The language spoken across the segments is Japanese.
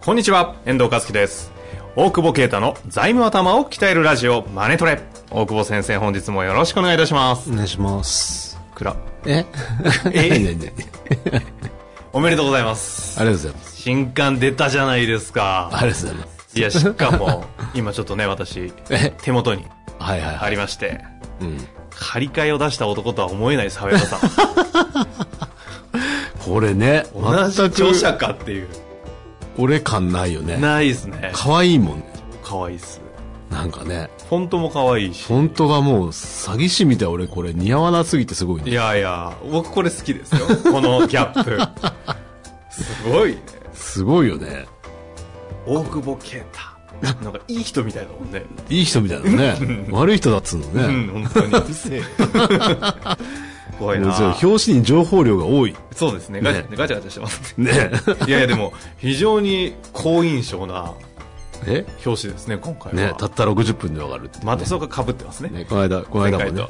こんにちは、遠藤和樹です。大久保啓太の財務頭を鍛えるラジオ、マネトレ。大久保先生、本日もよろしくお願いいたします。お願いします。暗。 ええ何何何おめでとうございます。ありがとうございます。新刊出たじゃないですあか。りがとうございます。 いや、しか も、今ちょっとね、私、え手元にはいはいあはい。りまして、うん。借り換えを出した男とは思えないサベラさん。 これね、同じ全く著者かっていう。俺感ないよね。ないですね。可愛いもんね。かわいいっす。なんかね、フォントもかわいいしフ。ォントがもう詐欺師みたい俺これ似合わなすぎてすごいいね。やいや、僕これ好きですよ。このギャッ プ。すごいね。すごいよね。大久保啓太なんかいい人みたいだもんねいい人みたい だね。悪い人だっつ うのうね。ん本当に怖いもうなそう表紙に情報量が多い。そうですねガチャガチャガチャしてますねねいやいやでも非常に好印象な え表紙ですね今回はね、たった60分でわかるっていうね。またそこかぶってますねね、この間、この前間も回とねは。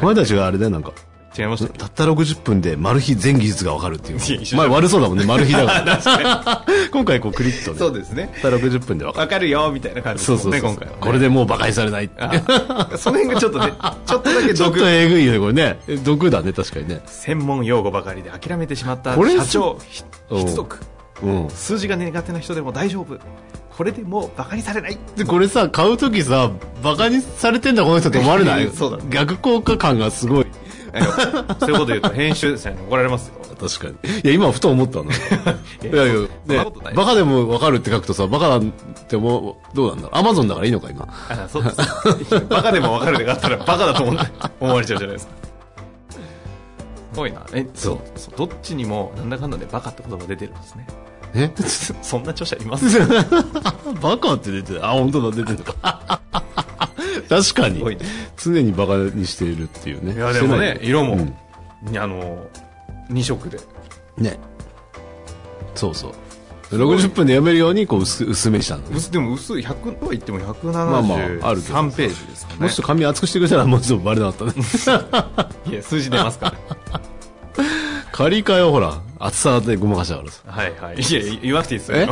この間違うあれだよ、なんか。い違いましたっけたった60分でマル秘全技術がわかるっていいや一う。緒だ前悪そうだもんね、マル秘だ から。今回こうクリッとね。そうですねたった60分でわかる。わかるよみたいな感じそでうすそもうんそね今回うはねこれでもう馬鹿にされない って。あその辺がちょっとね ちょっとだけちょっ毒とえぐいよね、これね。え毒だね、確かにね。専門用語ばかりで諦めてしまったこれ社長ひうん必読うん。数字が苦手な人でも大丈夫これでもうバカにされないで、これさ、買うときさ、馬鹿にされてんだ、この人って思われ ないそうだね逆効果感がすごい。そういうこと言うと編集者に怒られますよ。確かに。いや、今ふと思ったの。 いやいそんなや、こねとない、バカでもわかるって書くとさ、バカなんてもう、どうなんだろう。アマゾンだからいいのか、今。あそうです。 バカでも分かるでがあったらバカだと思って思われちゃうじゃないですか。すごいな。え、そうそう。どっちにもなんだかんだでバカって言葉出てるんですね。え そんな著者いますすバカって出てる。あ、本当 だ、出てる。確かにごい、ね。常にバカにしているっていうね。いや、でもねし、てない色も、あの、2色で。ね。そうそう。60分でやめるように、こう薄、薄めしたのね。薄でも薄い、100とは言っても173、まあまああるけどページですかね。もうちょっと髪厚くしてくれたら、もうちょっとバレな かったいね。や、数字出ますから。借り換えをほら、厚さでごまかしたからさ。 はいはい。いや、言わなくていいですえよ。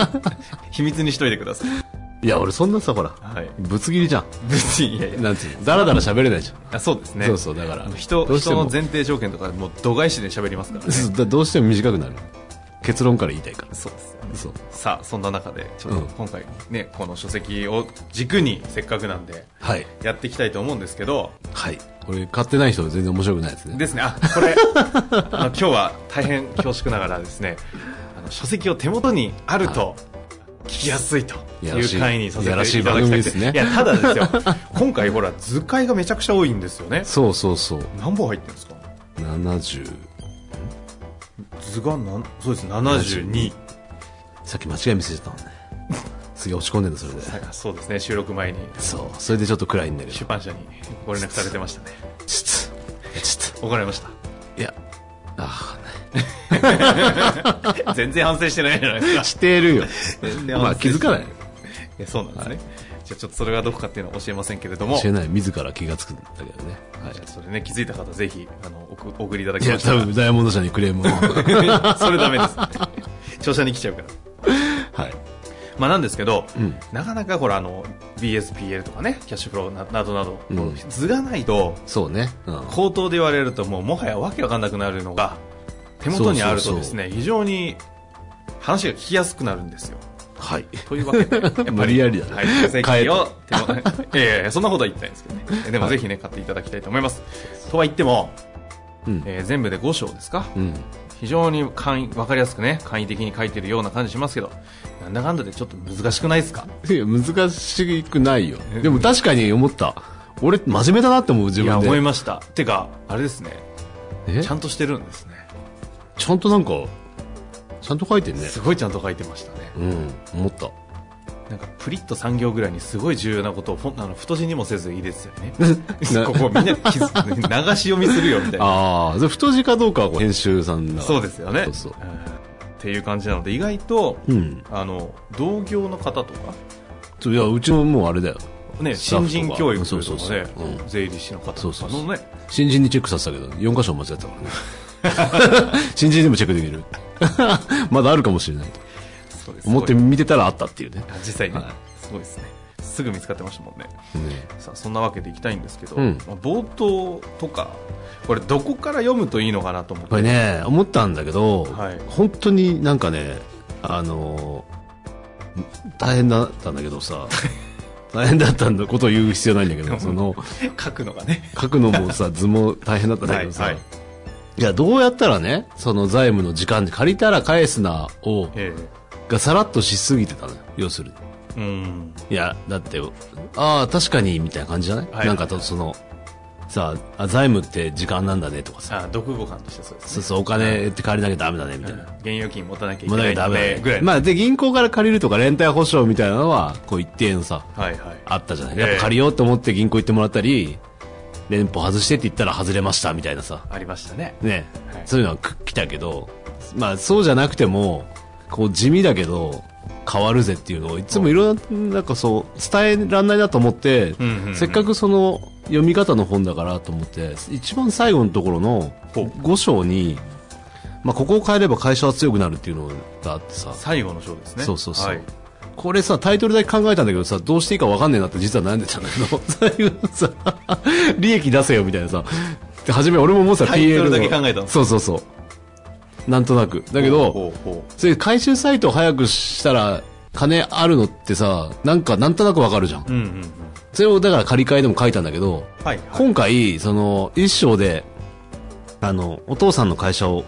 秘密にしといてください。いや、俺そんなさ、ほら、はい。ぶつ切りじゃん。別に、いやいや。なんつうの。だらだら喋れないじゃん。あそうですねそうそうだからあの人どうして人もの前提条件とかもう度外視で喋りますからねそうだどうしても短くなる。結論から言いたいから。そうですよねそう。さあそんな中でちょっとうん今回ね、この書籍を軸にせっかくなんではい。やっていきたいと思うんですけどはい。これ、買ってない人全然面白くないですね。ですねあこ れあの今日は大変恐縮ながらですねあの書籍を手元にあると聞きやすいとやらいしうい会にさせていやただらしきいた番くて組ですねいやただですよ今回ほら図解がめちゃくちゃ多いんですよねそうそうそう。何本入ってるんですか70。図がなんそうです72さっき間違い見せちゃったも んね。すげえ落ち込んでるの、それで。はいそうですね収録前にそう。それでちょっと暗いんだけど。出版社にご連絡されてましたねちょっと。ちょっ怒られましと。いや。あた 全然反省してないじゃないですかあ、してるよ。全然まあ気づかない。いやそうなんですね、じゃあちょっとそれがどこかっていうのは教えませんけれども 知れない。自ら気がつくんだけどね。はいじゃあそれね気づいた方ぜひあのおくお送りいただいきや、ました多ら分、ダイヤモンド社にクレー ムを。は それダメです著者に来ちゃうからい。まあなんですけど、んなかなかほらあの BSPL とかねキャッシュフローななどなど、うんこう図がないとそうね。うん。口頭で言われるともうもはやわけわかんなくなるのが手元にあるとですね非常に話が聞きやすくなるんですよはい。というわけで、 やっぱり無理やりだねはい、書籍を手元に、いやいや、そんなことは言ってないですけどね。えでも、ぜひね、買っていただきたいと思います。とは言っても、うんえー全部で5章ですか、うん。非常に簡易、わかりやすくね、簡易的に書いてるような感じしますけど、なんだかんだでちょっと難しくないですかいや、難しくないよ。でも確かに思った。俺、真面目だなって思う、自いや分で。思いましたてかあれですねえちゃんとしてるんですねちゃんとなんか、ちゃんと書いてんね。すごいちゃんと書いてましたねうん、思った。なんかプリッと3行ぐらいにすごい重要なことをほんあの太字にもせず入れてたよね な ここみんな気 づ流し読みするよみたいなああ、それ太字かどうかはこう編集さんだそうですよねそうそううんっていう感じなので意外と、うん。あの同業の方とか、そういや、うちももうあれだよ。ね、スタッ新フとか人教育そうそとうかそでううん税理士の方そとうそかうそうのね新人にチェックさせたけど、4箇所間違ってたからね。 新人でもチェックできる。 まだあるかもしれない。そうです思ってす見てたらあったっていうね。ごい実際に、はいすごいですねすぐ見つかってましたもんねねさあそんなわけでいきたいんですけど、うんまあ冒頭とかこれどこから読むといいのかなと思ってこ れね、思ったんだけど、はい本当になんかね、あのー大変だったんだけど さ、大変だったんだことを言う必要ないんだけど、その、書くのがね書くのもさ、図も大変だったんだけどさ、はいいはいや、どうやったらね、その財務の時間で借りたら返すなを、えがさらっとしすぎてたのよ、要するに。えうんいや、だって、ああ、確かに、みたいな感じじゃない、はいなんかと、その、さあ、あ財務って時間なんだねとかさ、さあ独語感としてそうですそうねそう、お金って借りなきゃダメだね、みたいな。現預金持たなきゃいもけないうだけどダんメだでねぐらいのまあ、で、銀行から借りるとか、連帯保証みたいなのは、こう、一定のさ、はいはいあったじゃないええやっぱ借りようと思って銀行行ってもらったり、連邦外してって言ったら外れました、みたいなさ。ありましたねね、はいそういうのはく来たけど、まあ、そうじゃなくてもこう地味だけど変わるぜっていうのをいつもいろんななんかそう伝えらんないなと思って、んうんうんせっかくその読み方の本だからと思って一番最後のところのほう5章に、まあ、ここを変えれば会社は強くなるっていうのがあってさ、最後の章ですねそうそうそう、はいこれさタイトルだけ考えたんだけどさどうしていいか分かんねえなって実は悩んでたんだけど 最後のさ利益出せよみたいなさで初め俺も思ってたタイトル PL だけ考えたのそうそうそうなんとなくだけほうほどうほうそれ回収サイトを早くしたら金あるのってさなんかなんとなく分かるじゃん、うんうんうんそれをだから借り換えでも書いたんだけど、はいはい今回その一章であのお父さんの会社を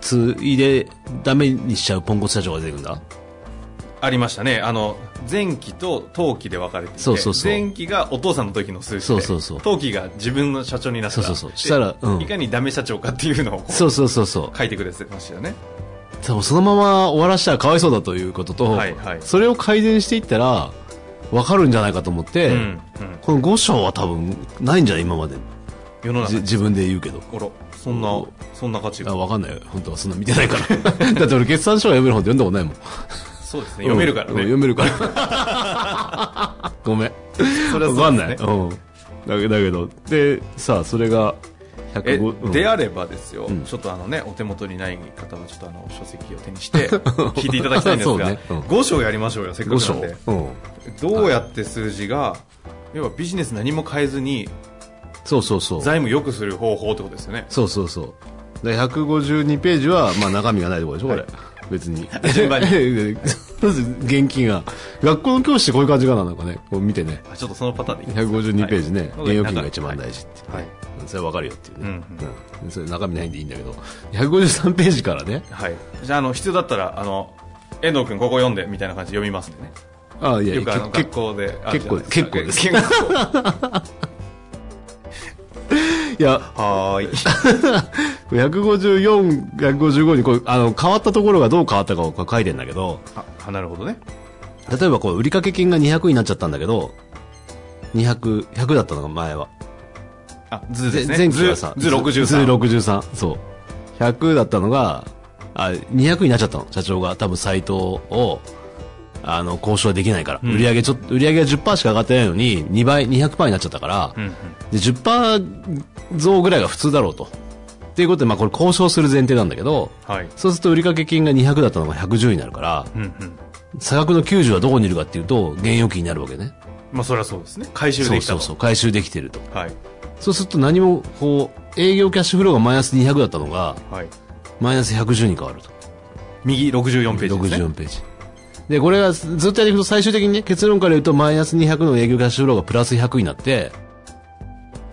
継いでダメにしちゃうポンコツ社長が出てくるんだありましたねあの前期と当期で分かれていてそうそうそう前期がお父さんの時の数字でそうそうそう当期が自分の社長になったそうそうそうしたらでうんいかにダメ社長かっていうのをこうそうそうそうそう。書いてくれてましたよね多分そのまま終わらせたらかわいそうだということと、はいはいそれを改善していったら、わかるんじゃないかと思って、うんうんこの5章は多分ないんじゃない今まで。世の中じ自分で言うけど。あらそんなそんな価値あがわかんないよ。本当はそんな見てないから。 だって俺決算書は読める本って読んだことないもん。そうですね読めるからうんね読めるから。 ごめん。それはわそかうんですなねい。うん。だけだけど。で、さあ、それがえ105、うんであればですよ、んちょっとあのねお手元にない方はちょっとあの書籍を手にして 聞いていただきたいんですそうが、ねうん5章やりましょうよせっかく5な章。んでうん。どうやって数字が要はビジネス何も変えずにそうそうそう。財務良くする方法ってことですよねそうそうそう。で、152ページは、まあ中身がないところでしょ、これ。別に。 順 番に現金が。学校の教師ってこういう感じかな、なんかね。こう見てね。あちょっとそのパターンでいきます152ページね。はい現預金が一番大事っていうね、はいうんそれはわかるよっていうね。うんうんそれ中身ないんでいいんだけど。153ページからね。はいじゃああの必要だったらあの遠藤君ここ読んでみたいな感じで読みますんでねああ、いや、よくあのけ学校であるじ結ゃな構いですか結結 構いや、はーい154、155にこう、あの、変わったところがどう変わったかをこう書いてんだけど、ああなるほどね例えばこう売掛金が200になっちゃったんだけど200100だったのが前は、あ図ですね前期はさ図図63図63そう100だったのがあ200になっちゃったの社長が多分サイトをあの交渉できないから、売上ちょっと売上が10%しか上がってないのに2倍200%になっちゃったから、うんうんで10%増ぐらいが普通だろうとっていうことで、まあ、これ交渉する前提なんだけどはいそうすると売掛金が200だったのが110になるから、うんうん差額の90はどこにいるかっていうと現預金になるわけねまあそれはそうですね回収そでうきたそとうそう回収できてるとはいそうすると何もこう営業キャッシュフローがマイナス200だったのがはいマイナス110に変わると右64ページですね64ページでこれがずずっとやっていくと最終的にね結論から言うとマイナス200の営業キャッシュフローがプラス100になって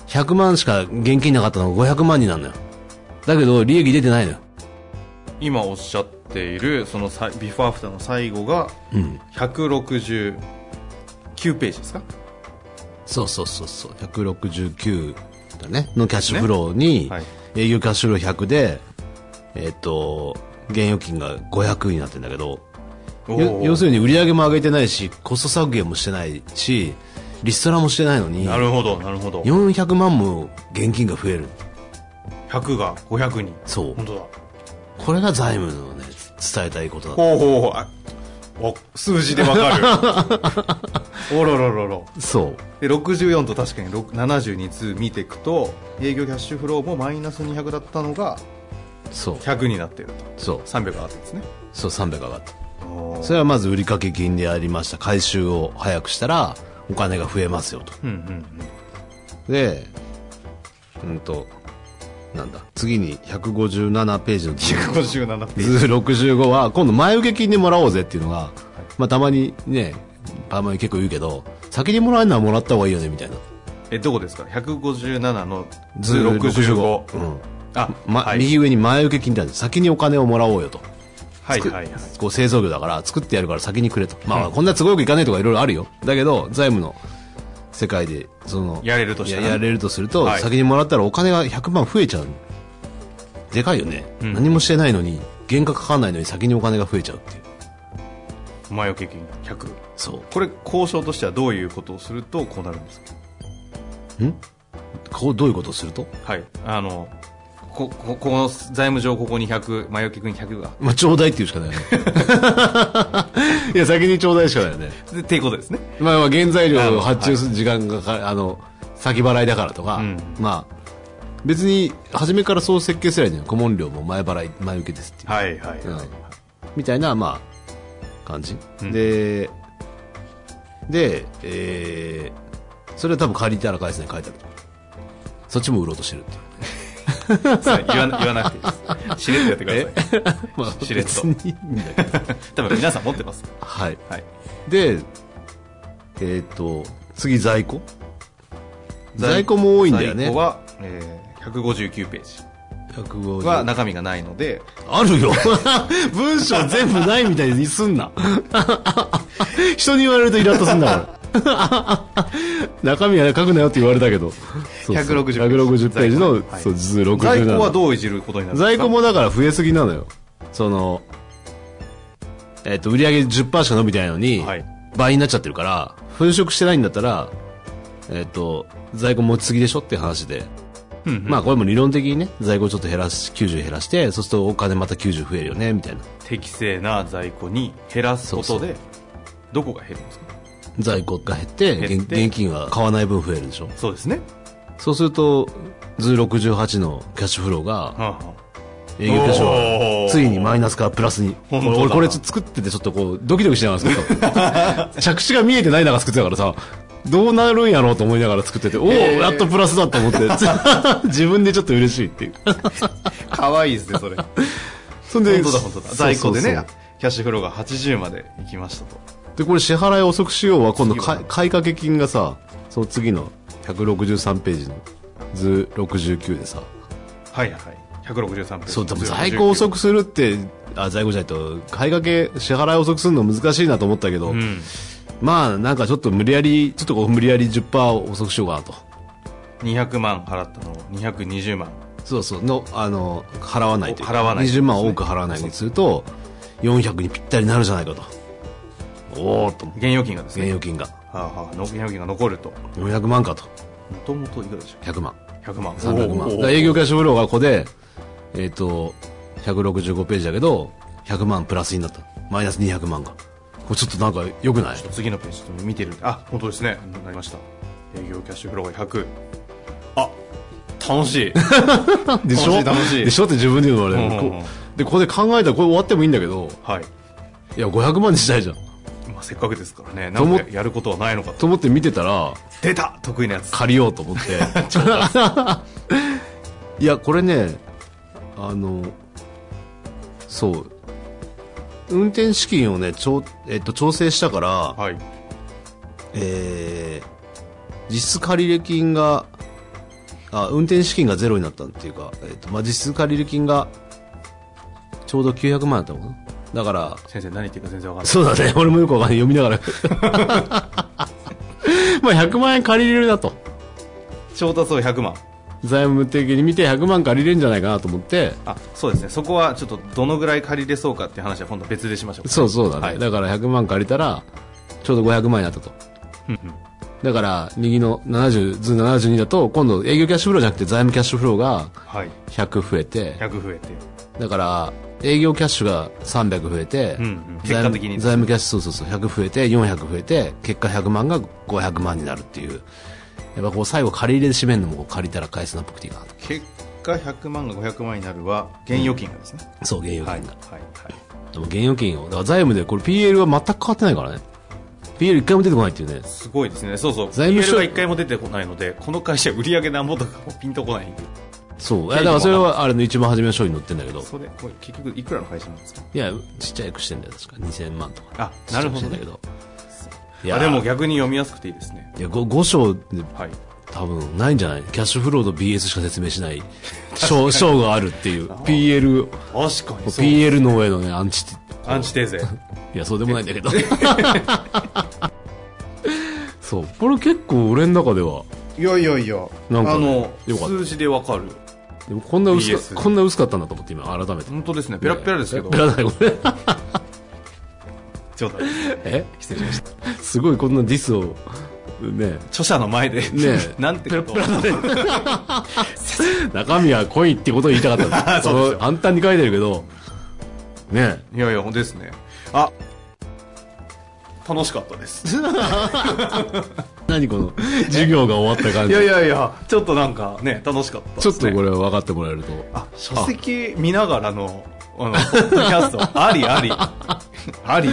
100万しか現金なかったのが500万になるのよだけど利益出てないのよ今おっしゃっているそのさビフォーアフターの最後がうん169ページですかそうそうそうそう169だねのキャッシュフローに、ねはい営業キャッシュフロー100でえっ、と現預金が500になってんだけどおよー要するに売り上げも上げてないしコスト削減もしてないしリストラもしてないのになるほどなるほど400万も現金が増える100が500にそう本当だこれが財務のね伝えたいことだほうほうほうあお数字でわか るおろろろろそうで64と確かに6 72通見ていくと営業キャッシュフローもマイナス200だったのがそう100になってるとそう300上がってるんです ねそう300上がったそれはまず売り掛け金でありました回収を早くしたらお金が増えますよとうんうんでうんとなんだ次に157ページの図うん157ページ図65は今度前受け金でもらおうぜっていうのが、まあ、たまにねたまに結構言うけど先にもらえるのはもらった方がいいよねみたいなえどこですか157の図図65、うんあ、まはい、右上に前受け金ってあるんです先にお金をもらおうよとはい作はいはいこう製造業だから作ってやるから先にくれと、まあ、こんな都合よくいかないとかいろいろあるよだけど財務の世界でそのやれるとしたらねややれるとすると、はい先にもらったらお金が100万増えちゃうでかいよね、何もしてないのに原価かかんないのに先にお金が増えちゃうっていう前置き金100そうこれ交渉としてはどういうことをするとこうなるんですかこうどういうことをすると、はいあのこここの財務上ここに100前置き金100がまあ、ちょうだいっていうしかないよね いや先にちょうだいしかないよねでっていうことですねまあ、まあ原材料を発注する時間がか、あの先払いだからとか、んまあ別に初めからそう設計すればいいのよ顧問料も前払い前受けですっていう、はいはいはい、うんみたいなまあ感じ、でで、えーそれは多分借りたら返すね書いてあるとそっちも売ろうとしてるっていうそう言わな言わなくてい いですしれっとやってくださいま あしれっと別にいいんだけど多分皆さん持ってますはいはいでえっ、と次在庫在庫も多いんだよね在庫は、えー、159ページ150は中身がないのであるよ。 文章全部ないみたいにすんな。 人に言われるとイラッとすんだから。 中身は書くなよって言われたけど。そうそう160ページ160ページの、はいそう、図67。在庫はどういじることになるんです在か庫もだから増えすぎなのよ。その、えっ、と、売り上げ10%しか伸びてないのに、はい倍になっちゃってるから、粉飾してないんだったら、えっ、と、在庫持ちすぎでしょって話で。まあこれも理論的にね、在庫ちょっと減らし、90減らして、そうするとお金また90増えるよね、みたいな。適正な在庫に減らすことでどこが減るんですか在庫が減って減って現現金は買わない分増えるでしょそうですね、そうすると図68のキャッシュフローがはあは営業キャッシュフローおーがついにマイナスからプラスに本当だ俺俺これちょっと作っててちょっとこうドキドキしながら作った 着地が見えてない中作ってたからさどうなるんやろうと思いながら作ってておお、やっとプラスだと思って 自分でちょっと嬉しいっていうあ、かわいいですね それ本そんで当だ本当だそう在庫でそうねそうキャッシュフローが80までいきましたとでこれ支払い遅くしようは今度次はか買い掛け金がさその次の163ページの図69でさはいはい163ページそう、でも在庫遅くくするって、あ、在庫じゃないと、買い掛け、支払い遅くするの難しいなと思ったけど、んまあ、なんかちょっと無理やり、ちょっとこう無理やり10%遅くしようかなと。 200万払ったのを220万そうそう、の、あの、払わないという払わない20万多く払わないようにすると、400にぴったりになるじゃないかと。おおと思って、現預金がですね現預金が。はあはあの現預金が残ると400万かと。もともといくらでしょ100万。う100万300おー万。だおかーら営業キャッシュフローがここで、えっ、と、165ページだけど、100万プラスになった。マイナス200万が。これちょっとなんか良くない次のページちょっと見てるあ本当ですねなりました営業キャッシュフローが100あ楽しいでしょ楽しい楽しいでしょって自分で言ううんのうんうん俺、こで、ここで考えたらこれ終わってもいいんだけど、はい、いや、500万にしたいじゃん。まあ、せっかくですからねなんもかやることはないのかとと思って見てたら、出た得意なやつ借りようと思って。 いや、これね、あの、そう。運転資金をね、ちょえっと、調整したから、はいえー実質借入金が、あ、運転資金がゼロになったっていうか、えっと、まあ、実質借入金が、ちょうど900万だったのかな。だから、先生何言ってるか全然わかんないそうだね。俺もよくわかんない。読みながら。まあ100万円借りれるなと。調達を100万財務的に見て100万借りれるんじゃないかなと思って、あそうですねそこはちょっとどのぐらい借りれそうかっていう話は今度別でしましょうそうそうだね。はいだから100万借りたら、ちょうど500万円になったと。だから、右の70、図72だと、今度営業キャッシュフローじゃなくて財務キャッシュフローがはい100増えて、 100増えてだから、営業キャッシュが300増えて、うんうん財結果務的に財務キャッシュ、そうそうそう、100増えて、400増えて、結果100万が500万になるっていう。やっぱこう最後借り入れで締めるのもこう借りたら返すなっぽくていいかなと。結果100万が500万になるは現預金がですね、そう、現預金が。はいはいはいでも現預金を、だから財務で、これ PL は全く変わってないからね。PL 一回も出てこないっていうね。すごいですねそうそう財務 PL 省が1回も出てこないのでこの会社売上なんぼとかもピンとこないそう。いやだからそれは、あれの一番初めの商品に載ってんだけど、それこれ結局いくらの会社なんですかいや、ちっちゃくしてんだよ、確か。2000万とか、あなるほどちっちゃくしてんだねけど。いあでも逆に読みやすくていいですねいや 5, 5章ではい多分ないんじゃないキャッシュフローと BS しか説明しない章章があるっていう PL 確かにそう PL の上のねアンチテアンチテーゼいやそうでもないんだけど そうこれ結構俺の中ではいやいやいやなんかあのよかった数字でわかるでもこんな薄 BS かこんな薄かったんだと思って今改めて本当ですねペラッペラですけどペラだよこれちょっと待って え失礼しましたすごいこんなディスをね著者の前で、ね なんてことを中身は濃いってことを言いたかった そうですよの簡単に書いてるけどねいやいや本当ですねあ楽しかったです何この授業が終わった感いじやいやいやちょっとなんかね楽しかったですちょねっとこれは分かってもらえるとあ書籍見ながらのあのポッドキャストありありあり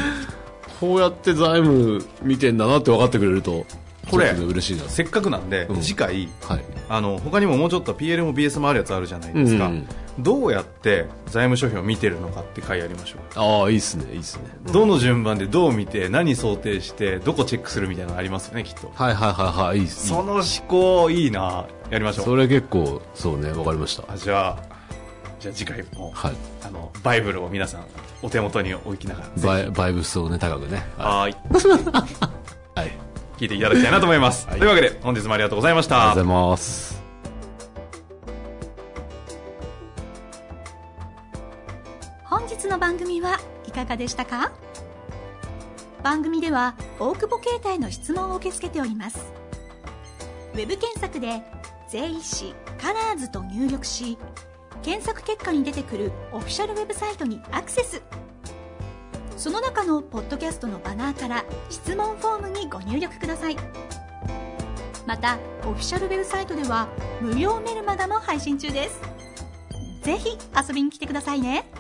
こうやって財務見てんだなって分かってくれるとこれちょっとね嬉しいなせっかくなんで、ん次回はいあの他にももうちょっと PL も BS もあるやつあるじゃないですか、うんうんどうやって財務諸表を見てるのかって回やりましょうああいいっすねいいっすねどの順番でどう見て何想定してどこチェックするみたいなのありますよねきっとはいはいはいはいいいっすその思考いいなやりましょうそれ結構そうね分かりましたあじゃあじゃあ次回も、はいあのバイブルを皆さんお手元に置きながらバイバイブスをね高くねははいい、はい、聞いていただきたいなと思います、というわけで本日もありがとうございましたありがとうございます本日の番組はいかがでしたか番組では大久保携帯の質問を受け付けておりますウェブ検索で「税理士カラーズと入力し検索結果に出てくるオフィシャルウェブサイトにアクセスその中のポッドキャストのバナーから質問フォームにご入力くださいまたオフィシャルウェブサイトでは無料メルマガも配信中ですぜひ遊びに来てくださいね